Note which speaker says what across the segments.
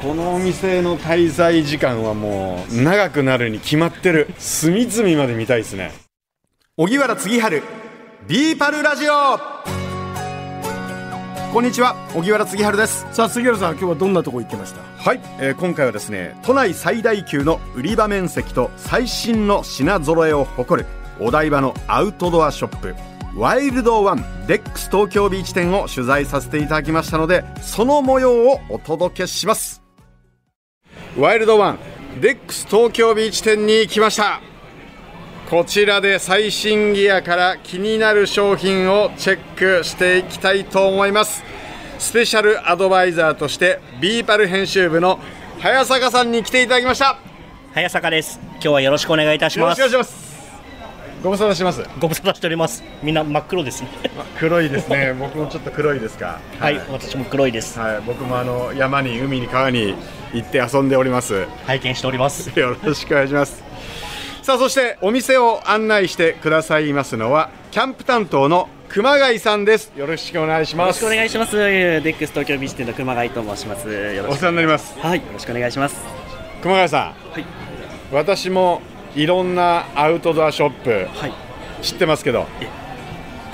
Speaker 1: このお店の滞在時間はもう長くなるに決まってる隅々まで見たいですね
Speaker 2: 荻原次春ビーパルラジオこんにちは荻原次春です
Speaker 3: さあ杉原さん今日はどんなとこ行ってました
Speaker 2: はい、えー今回はですね都内最大級の売り場面積と最新の品揃えを誇るお台場のアウトドアショップワイルドワンデックス東京ビーチ店を取材させていただきましたのでその模様をお届けしますワイルドワンデックス東京ビーチ店に来ましたこちらで最新ギアから気になる商品をチェックしていきたいと思いますスペシャルアドバイザーとしてビーパル編集部の早坂さんに来ていただきました
Speaker 4: 早坂です今日はよろしくお願いいたし
Speaker 2: よろ
Speaker 4: ま
Speaker 2: し
Speaker 4: す
Speaker 2: くお願いしますご無沙汰してます
Speaker 4: ご無沙汰しておりますみんな真っ黒ですね
Speaker 2: 黒いですね 僕もちょっと黒いですか
Speaker 4: はい、私も黒いです、
Speaker 2: はい、僕もあの山に海に川に行って遊んでおります
Speaker 4: 拝見しております
Speaker 2: よろしくお願いしますさあそしてお店を案内してくださいますのはキャンプ担当の熊谷さんですよろしくお願いし
Speaker 5: よ
Speaker 2: ま
Speaker 5: ろ
Speaker 2: す
Speaker 5: しくお願いします。デックス東京ビーチ店の熊谷と申します。よろ
Speaker 2: お
Speaker 5: し
Speaker 2: 世話になります
Speaker 5: く。はい、よろしくお願いします。
Speaker 2: 熊谷さん、
Speaker 5: はい
Speaker 2: 私もいろんなアウトドアショップ
Speaker 5: はい。
Speaker 2: 知ってますけど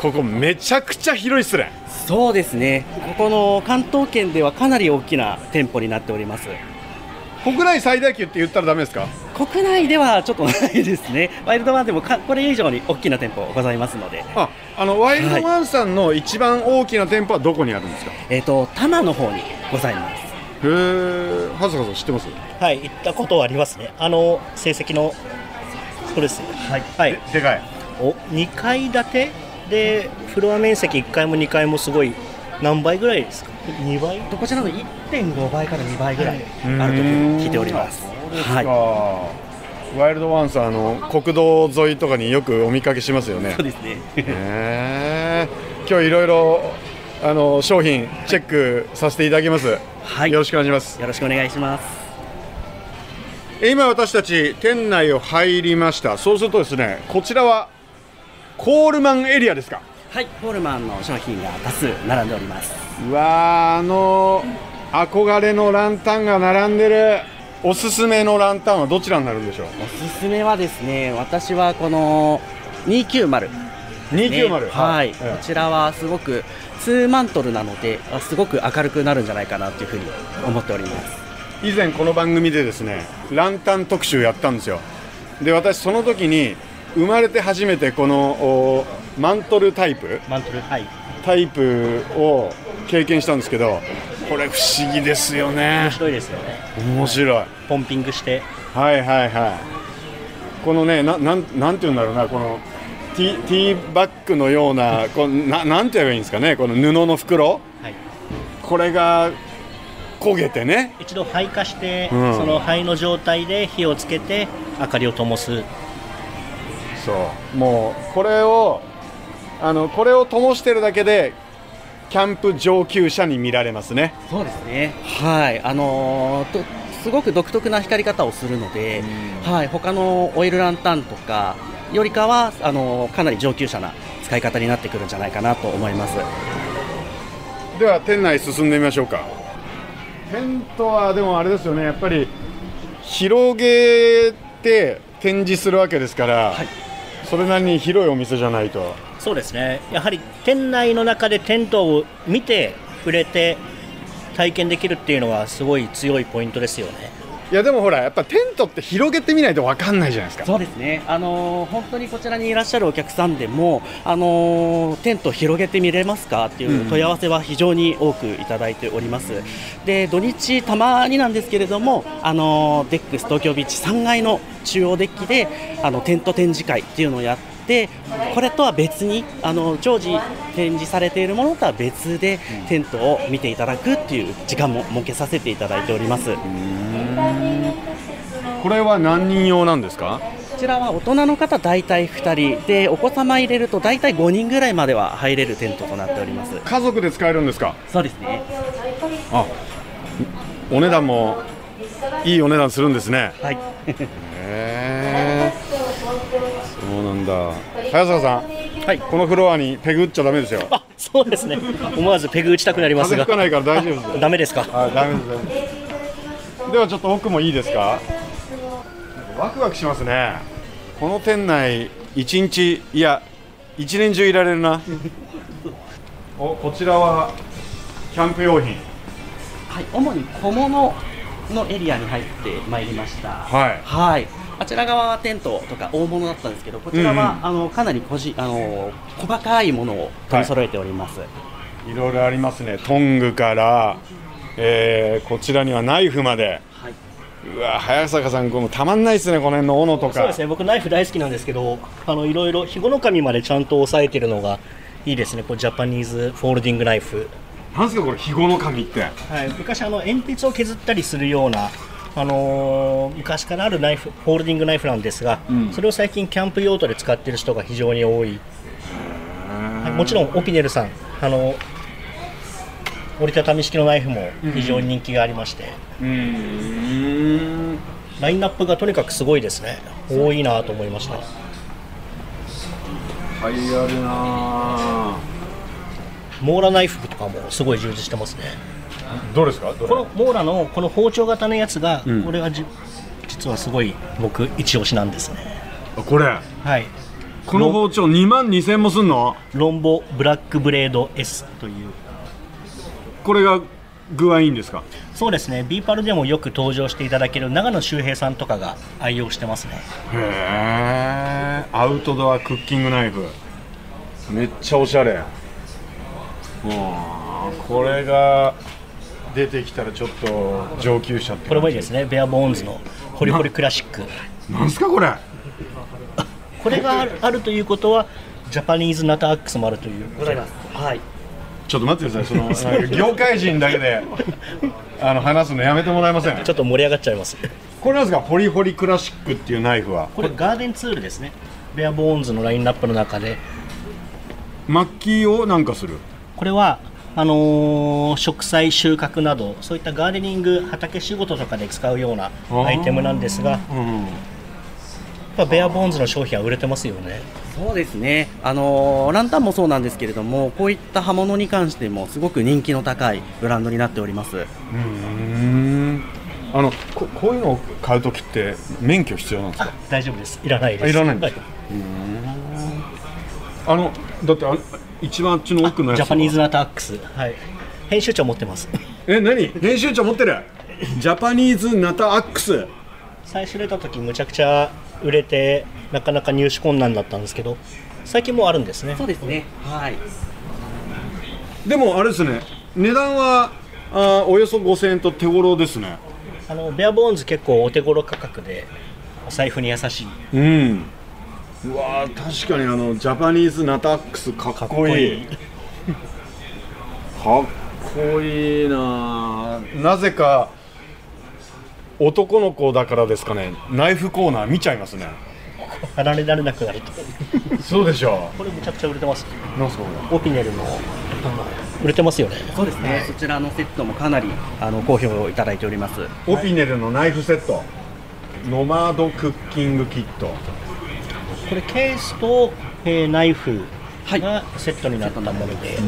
Speaker 2: ここめちゃくちゃ広いっすね
Speaker 5: そうですね。ここの関東圏ではかなり大きな店舗になっております。
Speaker 2: 国内最大級って言ったらダメですか
Speaker 5: 国内ではちょっとないですね。ワイルドワンでもかこれ以上に大きな店舗ございますので、
Speaker 2: ああのワイルドワンさんの一番大きな店舗はどこにあるんですか、
Speaker 5: えっ、と多摩の方にございます。
Speaker 2: へえはずかさん知ってます
Speaker 4: はい行ったことはありますねあの成績のそうですはい、はい、
Speaker 2: でかい
Speaker 4: お2階建てでフロア面積1階も2階もすごい何倍ぐらいですか2倍
Speaker 5: こちらの1.5倍から2倍ぐらい
Speaker 2: ん
Speaker 5: あるというふうに聞いております。はい。
Speaker 2: はい、ワイルドワンさんあの国道沿いとかによくお見かけしますよね
Speaker 5: そうですね。
Speaker 2: へえ今日いろいろあの商品チェックさせていただきます、
Speaker 5: はい。
Speaker 2: よろ
Speaker 5: よ
Speaker 2: しくお願いします
Speaker 5: ろしくお願いします。
Speaker 2: 今私たち店内を入りましたそうするとですねこちらはコールマンエリアですか
Speaker 5: はい、ホールマンの商品が多数並んでおります。
Speaker 2: うわーあの憧れのランタンが並んでるおすすめのランタンはどちらになるんでしょう
Speaker 5: おすすめはですね、私はこの290、ね
Speaker 2: 290、
Speaker 5: はい、
Speaker 2: え
Speaker 5: こちらはすごくツーマントルなので、あすごく明るくなるんじゃないかなというふうに思っております。
Speaker 2: 以前この番組でですねランタン特集やったんですよで私その時に生まれて初めてこのおマントルタイプ
Speaker 4: マントルはい
Speaker 2: タイプを経験したんですけどこれ不思議ですよね
Speaker 4: 面白いですよね
Speaker 2: 面白い
Speaker 4: ポンピングして
Speaker 2: はいはいはいこのねななんなんて言うんだろうなこのティティーバッグのようなこのななんて言えばいいんですかねこの布の袋
Speaker 4: はい
Speaker 2: これが焦げてね
Speaker 4: 一度灰化して、
Speaker 2: うん
Speaker 4: その灰の状態で火をつけて明かりを灯す
Speaker 2: そうもうこれをあのこれを灯してるだけでキャンプ上級者に見られますね
Speaker 5: そうですね。はい、あのーとすごく独特な光り方をするので、はい、他のオイルランタンとかよりかはあのーかなり上級者な使い方になってくるんじゃないかなと思います。
Speaker 2: では店内進んでみましょうかテントはでもあれですよねやっぱり広げて展示するわけですから、それなりに広いお店じゃないと
Speaker 4: そうですねやはり店内の中でテントを見て触れて体験できるっていうのはすごい強いポイントですよね
Speaker 2: いやでもほらやっぱテントって広げてみないと分かんないじゃないですか
Speaker 5: そうですね、あのー本当にこちらにいらっしゃるお客さんでも、あのーテント広げてみれますかっていう問い合わせは非常に多くいただいております、で土日、たまになんですけれども、あのーデックス東京ビーチ3階の中央デッキであのテント展示会っていうのをやって。これとは別にあの常時展示されているものとは別で、テントを見ていただくっていう時間も設けさせていただいております。
Speaker 2: これは何人用なんですか
Speaker 5: こちらは大人の方大体2人でお子様入れると大体5人ぐらいまでは入れるテントとなっております
Speaker 2: 家族で使えるんですか
Speaker 5: そうですね
Speaker 2: あお値段もいいお値段するんですね
Speaker 5: はい
Speaker 2: へえそうなんだ早坂さん、はい、このフロアにペグ打っちゃダメですよ
Speaker 4: あそうですね思わずペグ打ちたくなります
Speaker 2: 風
Speaker 4: が
Speaker 2: 吹かないから大丈夫ですよ
Speaker 4: ダメですか
Speaker 2: あダメですではちょっと奥もいいですかワクワクしますねこの店内一日いや一年中いられるなおこちらはキャンプ用品
Speaker 5: はい、主に小物のエリアに入ってまいりました。
Speaker 2: はい
Speaker 5: はい。あちら側はテントとか大物だったんですけど、こちらは、
Speaker 2: うんう
Speaker 5: あのかなりこじあの細かいものを取り揃えております。
Speaker 2: いろいろありますねトングから、えーこちらにはナイフまで、
Speaker 5: はい、
Speaker 2: うわ早坂さんこのたまんないですねこの辺の斧とか
Speaker 4: そうですね僕ナイフ大好きなんですけどあのいろいろ日ごろ髪までちゃんと押さえてるのがいいですねこうジャパニーズフォールディングナイフ、
Speaker 2: なんすかこれ肥後の紙って
Speaker 4: はい、昔あの鉛筆を削ったりするようなあのー昔からあるナイフフォールディングナイフなんですが、それを最近キャンプ用途で使ってる人が非常に多い、はいもちろんオピネルさんあの折りたたみ式のナイフも非常に人気がありまして、
Speaker 2: うん
Speaker 4: ラインナップがとにかくすごいですね多いなと思いました
Speaker 6: はいあるな
Speaker 4: モーラナイフとかもすごい充実してますね
Speaker 2: どうですかどれ
Speaker 4: このモーラのこの包丁型のやつが、これがじ実はすごい僕一押しなんですね
Speaker 2: あこれ
Speaker 4: はい
Speaker 2: この包丁2万2000もすんの
Speaker 4: ロンボブラックブレード S という
Speaker 2: これが具合いいんですか
Speaker 4: そうですねビーパルでもよく登場していただける長野周平さんとかが愛用してますね
Speaker 2: へえアウトドアクッキングナイフめっちゃおしゃれもうこれが出てきたらちょっと上級者って
Speaker 4: これもいいですねベアボーンズのホリホリクラシック
Speaker 2: なんすかこれ
Speaker 4: これがあるあるということはジャパニーズナタアックスもあるという
Speaker 5: ございます。はい。
Speaker 2: ちょっと待ってくださいその なんか業界人だけであの話すのやめてもらえません
Speaker 4: ちょっと盛り上がっちゃいます
Speaker 2: これなんですかポリホリクラシックっていうナイフは
Speaker 4: これガーデンツールですねベアボーンズのラインナップの中で
Speaker 2: 薪をなんかする
Speaker 4: これはあのー植栽収穫などそういったガーデニング畑仕事とかで使うようなアイテムなんですが、まあベアボーンズの商品は売れてますよね
Speaker 5: そうですね。あのーランタンもそうなんですけれども、こういった刃物に関してもすごく人気の高いブランドになっております。
Speaker 2: うんあのここういうのを買う時って免許必要なんですか
Speaker 4: 大丈夫ですいらないで
Speaker 2: あ
Speaker 4: す
Speaker 2: いらないんです
Speaker 4: は
Speaker 2: あのだってあ一番あっちの奥のやつ
Speaker 4: ジャ
Speaker 2: は
Speaker 4: パニーズナタアックス、はい、編集長持ってます
Speaker 2: え何編集長持ってるジャパニーズナタアックス
Speaker 4: 最初出た時むちゃくちゃ売れてなかなか入手困難だったんですけど最近もうあるんですね
Speaker 5: そうですね。はい。
Speaker 2: でもあれですね値段はあーおよそ5000円と手頃ですね
Speaker 4: あのベアボーンズ結構お手頃価格でお財布に優しい
Speaker 2: うんうわー確かにあのジャパニーズナタアックス かっこいいかっこいいなーなぜか男の子だからですかねナイフコーナー見ちゃいますね
Speaker 4: 離れられなくなると
Speaker 2: そうでしょ
Speaker 4: これむちゃくちゃ売れてます
Speaker 2: うなんすかこれ
Speaker 4: オピネルのあの売れてますよね
Speaker 5: そうですね。そちらのセットもかなりあの好評をいただいております。
Speaker 2: オピネルのナイフセットノマドクッキングキット
Speaker 4: これケースと、えーナイフ
Speaker 5: はい
Speaker 4: がセットになったもので、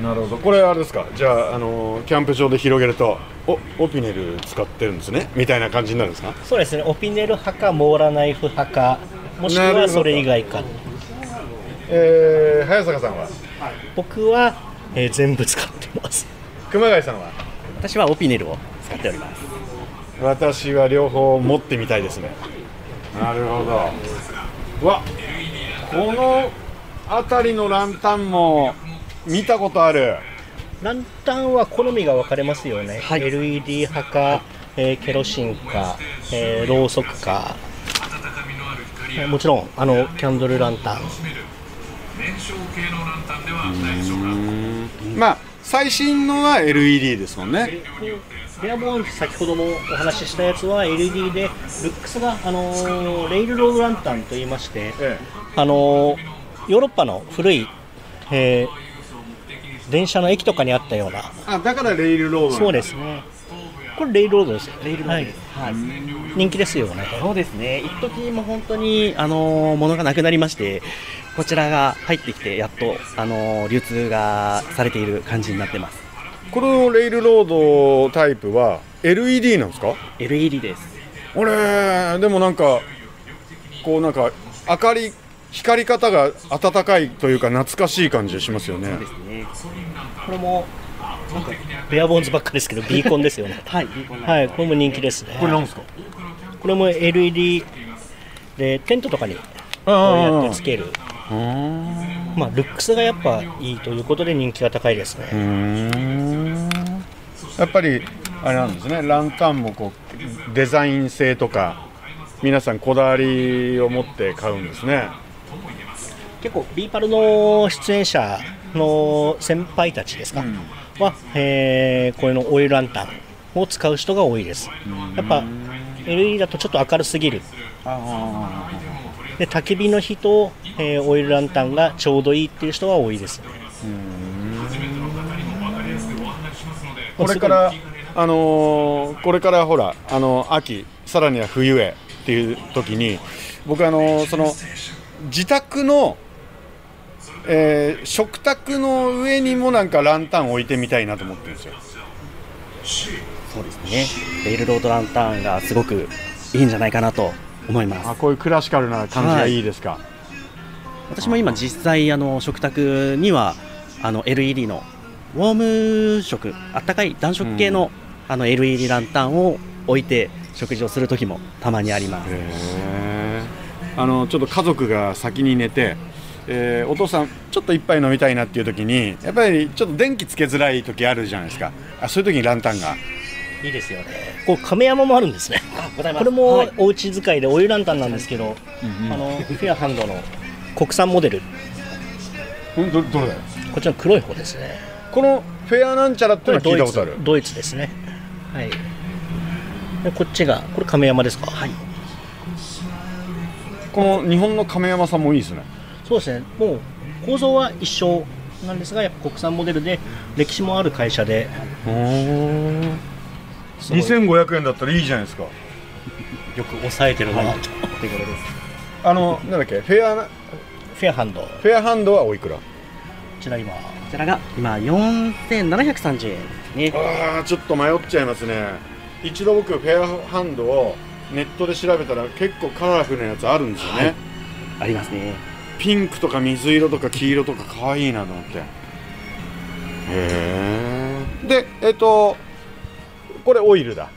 Speaker 2: なるほどこれあれですかじゃあ、あのーキャンプ場で広げるとおオピネル使ってるんですねみたいな感じになるんですか
Speaker 4: そうですねオピネル派かモーラナイフ派かもしく
Speaker 2: なるほ
Speaker 4: は
Speaker 2: ど
Speaker 4: それ以外か
Speaker 2: えー、早坂さんは
Speaker 4: 僕は、えー全部使ってます
Speaker 2: 熊谷さんは
Speaker 5: 私はオピネルを使っております。
Speaker 2: 私は両方持ってみたいですねなるほどわこの辺りのランタンも見たことある
Speaker 4: ランタンは好みが分かれますよね、
Speaker 5: はい
Speaker 4: LED 派か、えーケロシンか、えーろうそくか、えーもちろんあのキャンドルランタン
Speaker 2: まあ最新のは LED ですもんね
Speaker 4: ベアボーン先ほどもお話ししたやつは LED でルックスが、あのーレイルロードランタンといいまして、
Speaker 2: え
Speaker 4: あのーヨーロッパの古い、えー電車の駅とかにあったような
Speaker 2: あだからレイルロード
Speaker 4: そう
Speaker 2: で
Speaker 4: ですねこれレイルロードですよレイルロ
Speaker 5: は
Speaker 4: ー
Speaker 5: い
Speaker 4: ド、。人気ですよね
Speaker 5: そうですね。一時も本当にあのものがなくなりまして、こちらが入ってきてやっとあの流通がされている感じになってます。
Speaker 2: このレイルロードタイプは LED なんですか
Speaker 5: LED です
Speaker 2: 俺でもなんかこうなんか明かり光り方が温かいというか懐かしい感じしますよね
Speaker 5: ですね
Speaker 4: これもベアボーンズばっかりですけどビーコンですよね
Speaker 5: はいビーコンラ
Speaker 4: は
Speaker 5: イ
Speaker 4: いこれも人気ですね
Speaker 2: なんですか
Speaker 4: これも LED でテントとかにこうやってつけるまあルックスがやっぱいいということで人気が高いですね、
Speaker 2: やっぱりあれなんですねランタンもこうデザイン性とか皆さんこだわりを持って買うんですね
Speaker 4: 結構ビーパルの出演者の先輩たちですか、は、えーこういうのオイルランタンを使う人が多いです、やっぱ LED だとちょっと明るすぎるで焚き火の日と、えーオイルランタンがちょうどいいっていう人は多いです
Speaker 2: これからあのーこれからほらあのー秋さらには冬へっていう時に僕あのーその自宅の、えー食卓の上にもなんかランタン置いてみたいなと思ってるんですよ
Speaker 5: そうですねレイルロードランタンがすごくいいんじゃないかなと思います
Speaker 2: あこういうクラシカルな感じがいいですか、
Speaker 5: 私も今実際あの食卓にはあの LED のウォーム食あったかい暖色系の,、あの LED ランタンを置いて食事をする時もたまにあります
Speaker 2: へーあのちょっと家族が先に寝て、えーお父さんちょっと一杯飲みたいなっていう時にやっぱりちょっと電気つけづらい時あるじゃないですかあそういう時にランタンが
Speaker 4: いいですよねこう亀山もあるんですね
Speaker 5: ございます
Speaker 4: これも
Speaker 5: はい
Speaker 4: お家使いでオイルランタンなんですけど、あのフェアハンドの国産モデル
Speaker 2: うんどどれだよ
Speaker 4: こっちの黒い方ですね
Speaker 2: このフェアなんちゃらって
Speaker 4: こ
Speaker 2: のは
Speaker 4: れ
Speaker 2: 聞い
Speaker 4: ドイ
Speaker 2: たことあ
Speaker 4: ツ
Speaker 2: る
Speaker 4: ドイツですねはいでこっちがこれ亀山ですかはい
Speaker 2: この日本の亀山さんもいいですね
Speaker 4: そうですねもう構造は一緒なんですがやっぱ国産モデルで歴史もある会社でごい
Speaker 2: 2500円だったらいいじゃないですか
Speaker 4: よく抑えてるなということです
Speaker 2: あのなんだっけフェアな
Speaker 4: フェアハンドこ
Speaker 2: フェアハンドはおいくら
Speaker 4: ちら今
Speaker 5: こちらが今4730円ですね
Speaker 2: あーちょっと迷っちゃいますね一度僕フェアハンドをネットで調べたら結構カラフルなやつあるんですよね、
Speaker 5: ありますね
Speaker 2: ピンクとか水色とか黄色とか可愛いなと思ってへえでえっとこれオイルだ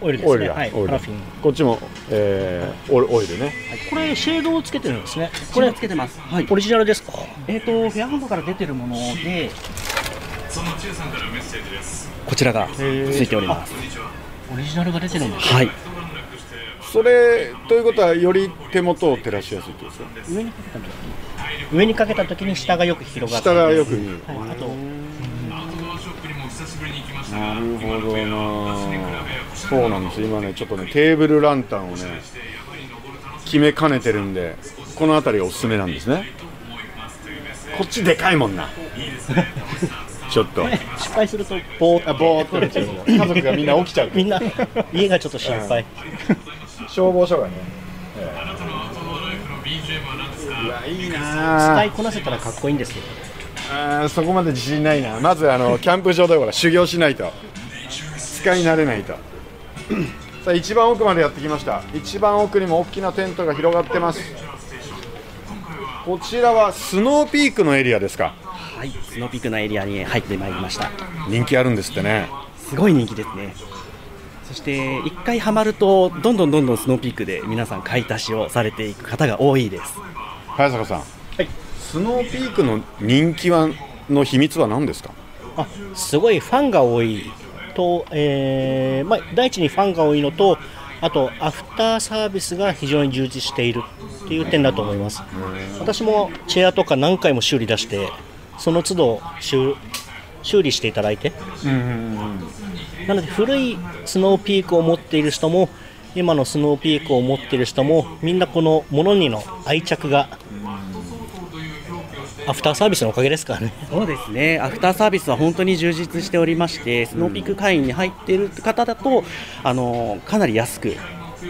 Speaker 4: オイルで
Speaker 2: オ
Speaker 4: す
Speaker 2: イル
Speaker 4: ね
Speaker 2: だ、
Speaker 4: はい
Speaker 2: オイル
Speaker 4: パラフィン
Speaker 2: こっちも、えー、オイルオイルね
Speaker 4: これシェードをつけてるんですね
Speaker 5: こ
Speaker 4: こ
Speaker 5: れ
Speaker 4: れ
Speaker 5: つけてますはい
Speaker 4: オリジナルですか
Speaker 5: えっ、とフェアハンドから出てるものでこちらがついております
Speaker 4: オリジナルが出てるんです
Speaker 5: はい
Speaker 2: それということはより手元を照らしやすいってことですね
Speaker 5: 上にかけた
Speaker 4: 上にかけた
Speaker 5: んです
Speaker 4: 時に下がよく広がって
Speaker 2: 下がよく見える
Speaker 4: はいあと
Speaker 2: なるほどなそうなんです今ねちょっとねテーブルランタンをね決めかねてるんでこの辺りがおすすめなんですねこっちでかいも んなちょっと
Speaker 4: 失敗するとボー
Speaker 2: あ
Speaker 4: っ
Speaker 2: ぼーっとですよ家族がみんな起きちゃう
Speaker 4: みんな家がちょっと心配
Speaker 2: 消防署がね、ええうわいいな
Speaker 4: 使
Speaker 2: あ
Speaker 4: いこなせたらかっこいいんですけど
Speaker 2: あーそこまで自信ないなまずあのキャンプ場でほら修行しないと使い慣れないと さあ一番奥までやってきました一番奥にも大きなテントが広がってますこちらはスノーピークのエリアですか
Speaker 5: はいスノーピークのエリアに入ってまいりました
Speaker 2: 人気あるんですってね
Speaker 5: すごい人気ですねそして一回ハマるとどんどんどんどんスノーピークで皆さん買い足しをされていく方が多いです
Speaker 2: 早坂さん、スノーピークの人気はの秘密は何ですか
Speaker 4: あすごいファンが多いと、えーまあ、第一にファンが多いのとあとアフターサービスが非常に充実しているっていう点だと思います私もチェアとか何回も修理出してその都度修修理していただいてなので古いスノーピークを持っている人も今のスノーピークを持っている人もみんなこのものにの愛着がアフターサービスのおかげですからね
Speaker 5: そうですねアフターサービスは本当に充実しておりましてスノーピーク会員に入っている方だとあのかなり安く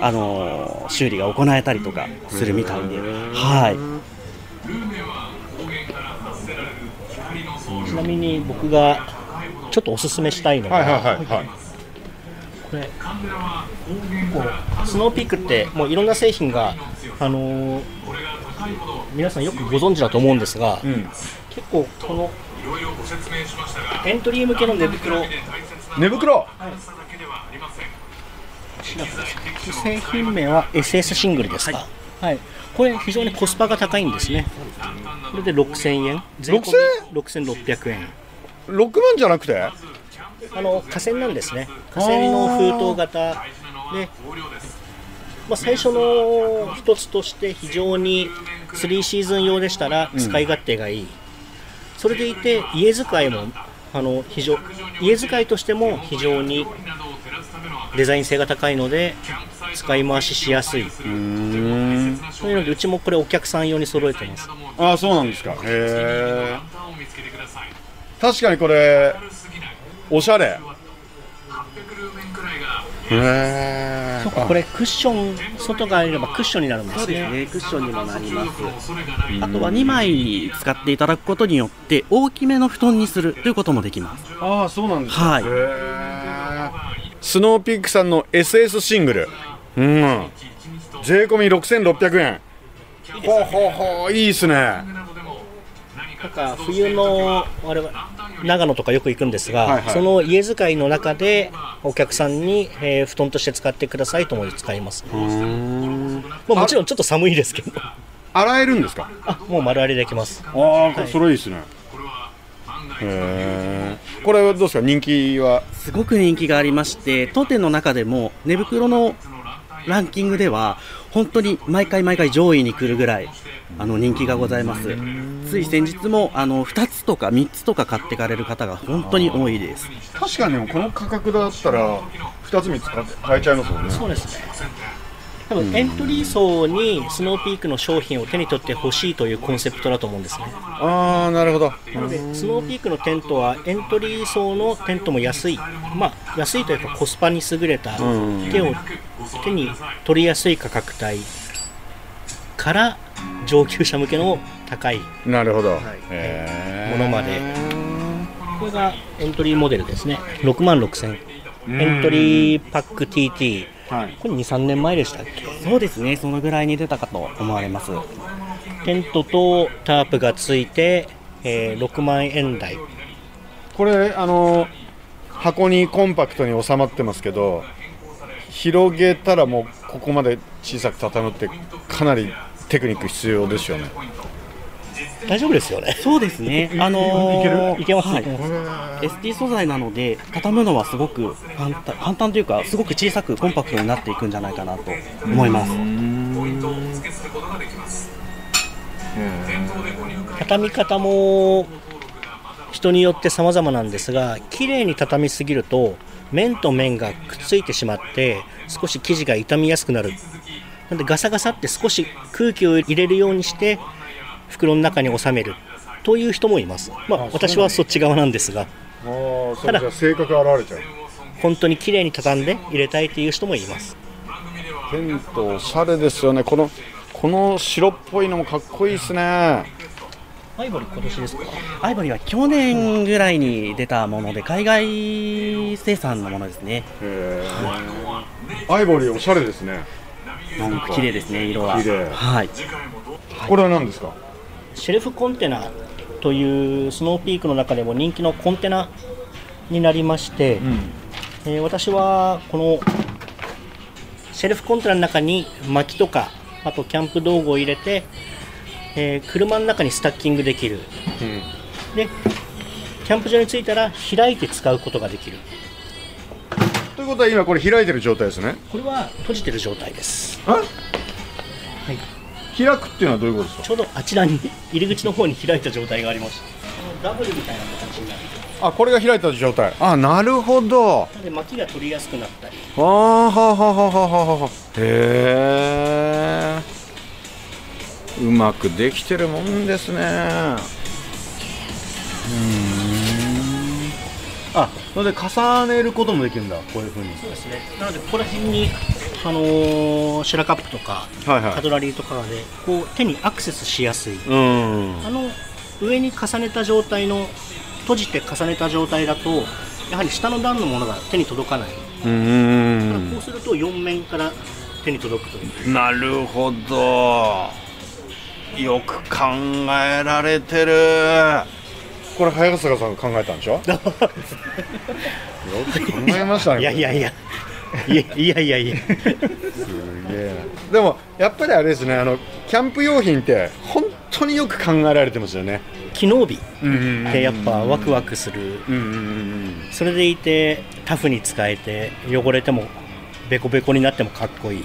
Speaker 5: あの修理が行えたりとかするみたいで、はい、
Speaker 4: ちなみに僕がちょっとおすすめしたいのが、
Speaker 2: はいはいはいはい
Speaker 4: これこうスノーピークってもういろんな製品が、あのー皆さんよくご存知だと思うんですが、結構このエントリー向けの寝袋
Speaker 2: 寝袋
Speaker 4: 製品名は SS シングルですか、はいこれ非常にコスパが高いんですねこれで6000円税込み6600円
Speaker 2: ロックマンじゃなくて
Speaker 4: あの河川なんですね河川の封筒型で、まあ、最初の一つとして非常に3シーズン用でしたら使い勝手がいい、それでいて家使いもあの非常家使いとしても非常にデザイン性が高いので使い回ししやすいそういうのでうちもこれお客さん用に揃えてます
Speaker 2: ああそうなんですかへえ確かにこれおしゃれへえ
Speaker 4: そうかこれクッション外があればクッションになるんですね
Speaker 5: ね、クッションにもなります。あとは2枚使っていただくことによって、大きめの布団にするということもできます。
Speaker 2: ああそうなんですか
Speaker 5: はい
Speaker 2: へえスノーピークさんの SS シングルうん税込み6600円ほうほうほういいですね
Speaker 4: なんか冬の我々長野とかよく行くんですが、その家使いの中でお客さんに、えー布団として使ってくださいとも使います、まあ、もちろんちょっと寒いですけど
Speaker 2: 洗えるんですか
Speaker 4: あもう丸あれできます
Speaker 2: ああそれいいですねへえこれはどうですか人気は
Speaker 5: すごく人気がありまして、当店の中でも寝袋のランキングでは、本当に毎回毎回上位に来るぐらい、あの人気がございます。つい先日も、あの2つとか3つとか買ってかれる方が本当に多いです。
Speaker 2: 確かにでもこの価格だったら2つ3つ買って買えちゃいますもんね
Speaker 4: そうですね多分エントリー層にスノーピークの商品を手に取ってほしいというコンセプトだと思うんですね
Speaker 2: ああなるほど
Speaker 4: なのでスノーピークのテントはエントリー層のテントも安い、まあ、安いというかコスパに優れた手を手に取りやすい価格帯から上級者向けの高い
Speaker 2: なるほど、
Speaker 4: ものまでこれがエントリーモデルですね6万6000エントリーパック TT これ23年前でしたっけ
Speaker 5: そうですね、そのぐらいに出たかと思われます。
Speaker 4: テントとタープがついて、えー6万円台
Speaker 2: これあの箱にコンパクトに収まってますけど広げたらもうここまで小さく畳むってかなりテクニック必要ですよね
Speaker 4: 大丈夫ですよね
Speaker 5: そうですね、あのー
Speaker 4: いけます
Speaker 5: はい ST 素材なので、畳むのはすごく簡単簡単というか、すごく小さくコンパクトになっていくんじゃないかなと思います。
Speaker 4: 畳み方も人によって様々なんですが綺麗に畳みすぎると面と面がくっついてしまって少し生地が傷みやすくなるなのでガサガサって少し空気を入れるようにして袋の中に収めるという人もいます、まあ、私はそっち側なんですが
Speaker 2: ああそ
Speaker 4: れじゃ
Speaker 2: 性格現れちゃう
Speaker 4: 本当に綺麗に畳んで入れたいという人もいます
Speaker 2: テントおしゃれですよねこのこの白っぽいのもかっこいいですね
Speaker 4: アイボリー今年ですか
Speaker 5: アイボリーは去年ぐらいに出たもので、海外生産のものですね。
Speaker 2: アイボリーおしゃれですね
Speaker 5: なんか綺麗ですね、色は。
Speaker 2: 綺麗
Speaker 5: はい。
Speaker 2: これは何ですか
Speaker 4: シェルフコンテナというスノーピークの中でも人気のコンテナになりまして、えー私はこのシェルフコンテナの中に薪とかあとキャンプ道具を入れて、えー車の中にスタッキングできる、でキャンプ場に着いたら開いて使うことができる
Speaker 2: ということは今これ開いてる状態ですね
Speaker 4: これは閉じてる状態です
Speaker 2: 開くっていうのはどういうことですか
Speaker 4: ちょうどあちらに入り口の方に開いた状態がありましたダブルみたいな形になる
Speaker 2: あこれが開いた状態あなるほど
Speaker 4: なので薪が取りやすくなったり
Speaker 2: あーはははははへえうまくできてるもんですねあそれで重ねることもできるんだこういうふうに
Speaker 4: そうですね。なのでここら辺にあのーシェラカップとか
Speaker 2: はいは
Speaker 4: カ
Speaker 2: い
Speaker 4: トラリーとかでこう手にアクセスしやすい。
Speaker 2: うん
Speaker 4: あの上に重ねた状態の閉じて重ねた状態だとやはり下の段のものが手に届かない、
Speaker 7: う
Speaker 4: だから
Speaker 7: ん
Speaker 4: こうすると4面から手に届くという
Speaker 7: なるほどよく考えられてるこれ早坂さんが考えたんでし ょよく考えましたね
Speaker 4: いやいやいや いやいやいやいや
Speaker 7: すげえなでもやっぱりあれですねあのキャンプ用品って本当によく考えられてますよね
Speaker 4: 機能美っ
Speaker 7: うんうん
Speaker 4: てやっぱワクワクする
Speaker 7: うんうんうん
Speaker 4: それでいてタフに使えて汚れてもベコベコになってもかっこいい
Speaker 7: うん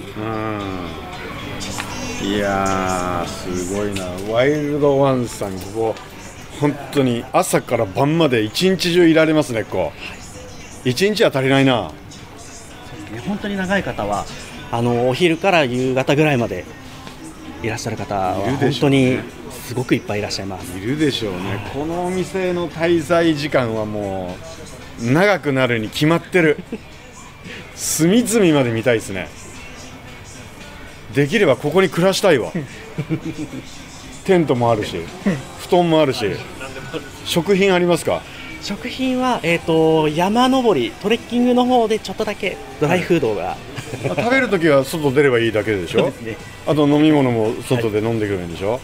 Speaker 7: いやーすごいなワイルドワンさんここ本当に朝から晩まで一日中いられますねこう一日は足りないな
Speaker 8: ね本当に長い方はあのお昼から夕方ぐらいまでいらっしゃる方
Speaker 7: い
Speaker 8: は
Speaker 7: るで
Speaker 8: 本
Speaker 7: しょ
Speaker 8: 当
Speaker 7: うね
Speaker 8: にすごくいっぱいいらっしゃいます。
Speaker 7: いるでしょうねこのお店の滞在時間はもう長くなるに決まってる隅々まで見たいですねできればここに暮らしたいわテントもあるし布団もあるし食品ありますか
Speaker 8: 食品は、えー、と山登りトレッキングの方でちょっとだけドライフードが、
Speaker 7: あ食べるときは外出ればいいだけでしょ
Speaker 8: ですね
Speaker 7: あと飲み物も外で飲んでくれるんでしょ、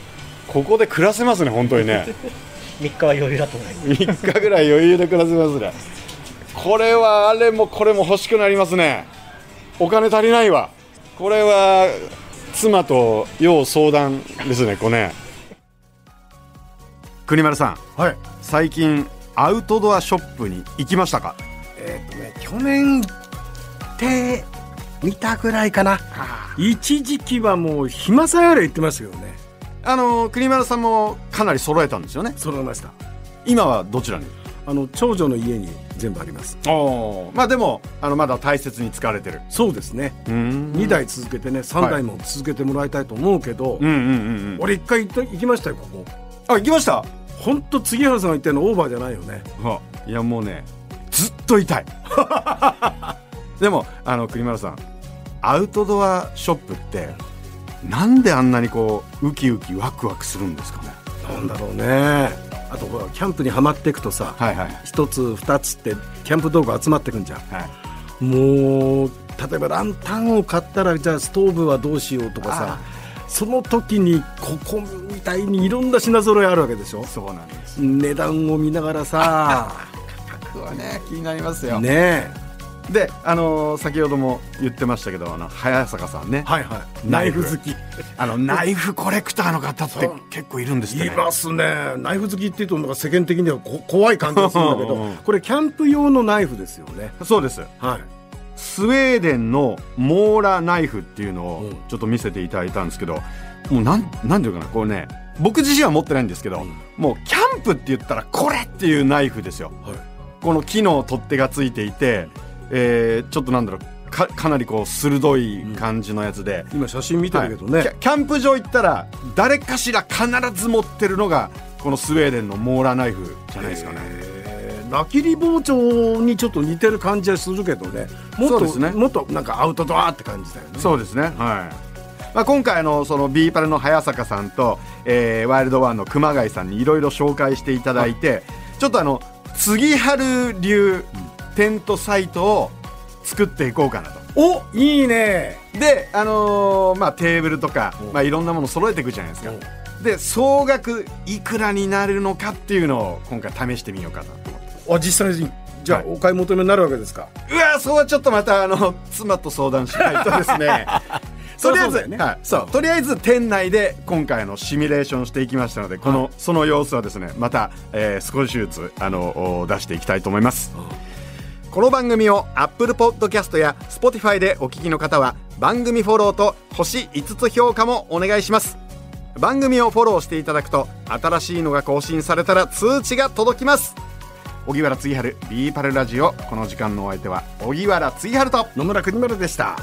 Speaker 7: ここで暮らせますね本当にね
Speaker 4: 3日は余裕だと思います
Speaker 7: 3日ぐらい余裕で暮らせますねこれはあれもこれも欲しくなりますねお金足りないわこれは妻と要相談ですねこれね
Speaker 2: 国丸さん
Speaker 3: はい
Speaker 2: 最近アウトドアショップに行きましたか
Speaker 3: えっ、とね去年行って見たぐらいかな一時期はもう暇さえあれ行ってましたけどね
Speaker 2: あの国丸さんもかなり揃えたんですよね
Speaker 3: 揃いました
Speaker 2: 今はどちらに
Speaker 3: あの長女の家に全部あります
Speaker 2: おまあでもあのまだ大切に使われてる
Speaker 3: そうですね
Speaker 2: うん
Speaker 3: 2台続けてね3台も続けてもらいたいと思うけど、
Speaker 2: うんうんうん
Speaker 3: 俺1回行った行きましたよここ
Speaker 2: あ行きました
Speaker 3: ほんと杉原さんが言ったようなオーバーじゃないよね
Speaker 2: いやもうねずっと痛い でもあの栗丸さんアウトドアショップってなんであんなにこうウキウキワクワクするんですかね
Speaker 3: なんだろうねあとほらキャンプにはまっていくとさ、
Speaker 2: はいはい
Speaker 3: 一つ二つってキャンプ道具集まってくんじゃん
Speaker 2: はい
Speaker 3: もう例えばランタンを買ったらじゃあストーブはどうしようとかさその時にここみたいにいろんな品揃えあるわけでしょ
Speaker 2: そうなんです
Speaker 3: 値段を見なが らさ
Speaker 2: ね気になりますよ、
Speaker 3: ねえ
Speaker 2: であのー先ほども言ってましたけどあの早坂さんね
Speaker 3: はいはい
Speaker 2: ナ
Speaker 3: ナ
Speaker 2: イ
Speaker 3: イ
Speaker 2: フ
Speaker 3: フ好き
Speaker 2: あのナイフコレクターの方って結構いるんですって、
Speaker 3: い
Speaker 2: ね、
Speaker 3: ますねナイフ好きっていうとなんか世間的にはこ怖い感じがするんだけ
Speaker 2: うんうんう
Speaker 3: ど
Speaker 2: ん
Speaker 3: これキャンプ用のナイフですよね
Speaker 2: そうです
Speaker 3: はい
Speaker 2: スウェーデンのモーラナイフっていうのを
Speaker 3: うん
Speaker 2: ちょっと見せていただいたんですけど、もうなんなんていうかなこうね僕自身は持ってないんですけど、もうキャンプって言ったらこれっていうナイフですよ
Speaker 3: はい
Speaker 2: この木の取っ手がついていて、えーちょっとなんだろうかかなりこう鋭い感じのやつで、
Speaker 3: 今写真見て
Speaker 2: はい
Speaker 3: るけどね、
Speaker 2: キャキャンプ場行ったら誰かしら必ず持ってるのがこのスウェーデンのモーラナイフじゃないですかね
Speaker 3: えー焚き火包丁にちょっと似てる感じはするけどねもっ
Speaker 2: そう
Speaker 3: と
Speaker 2: ですね
Speaker 3: もっとなんかアウトドアって感じだよね
Speaker 2: そうですね。はい。まあ、今回あのそのビーパルの早坂さんと、えーワイルドワンの熊谷さんにいろいろ紹介していただいて、ちょっとあの次春流テントサイトを作っていこうかなと。
Speaker 3: おいいね
Speaker 2: で、あのーまあ、テーブルとか、まあ、いろんなもの揃えていくじゃないですか。で総額いくらになるのかっていうのを今回試してみようかなと思って
Speaker 3: あ実際にじゃあ、
Speaker 2: はい
Speaker 3: お買い求めになるわけですか
Speaker 2: うわそうはちょっとまたあの妻と相談しないとですねとりあえず
Speaker 3: そうだよね
Speaker 2: はい、そうとりあえず店内で今回のシミュレーションしていきましたのでこの、その様子はですねまた、えー少しずつあのお出していきたいと思います、この番組を Apple Podcast や Spotify でお聞きの方は番組フォローと星5つ評価もお願いします番組をフォローしていただくと新しいのが更新されたら通知が届きます荻原次春ビーパルラジオこの時間のお相手は荻原次春と
Speaker 3: 野村国丸でした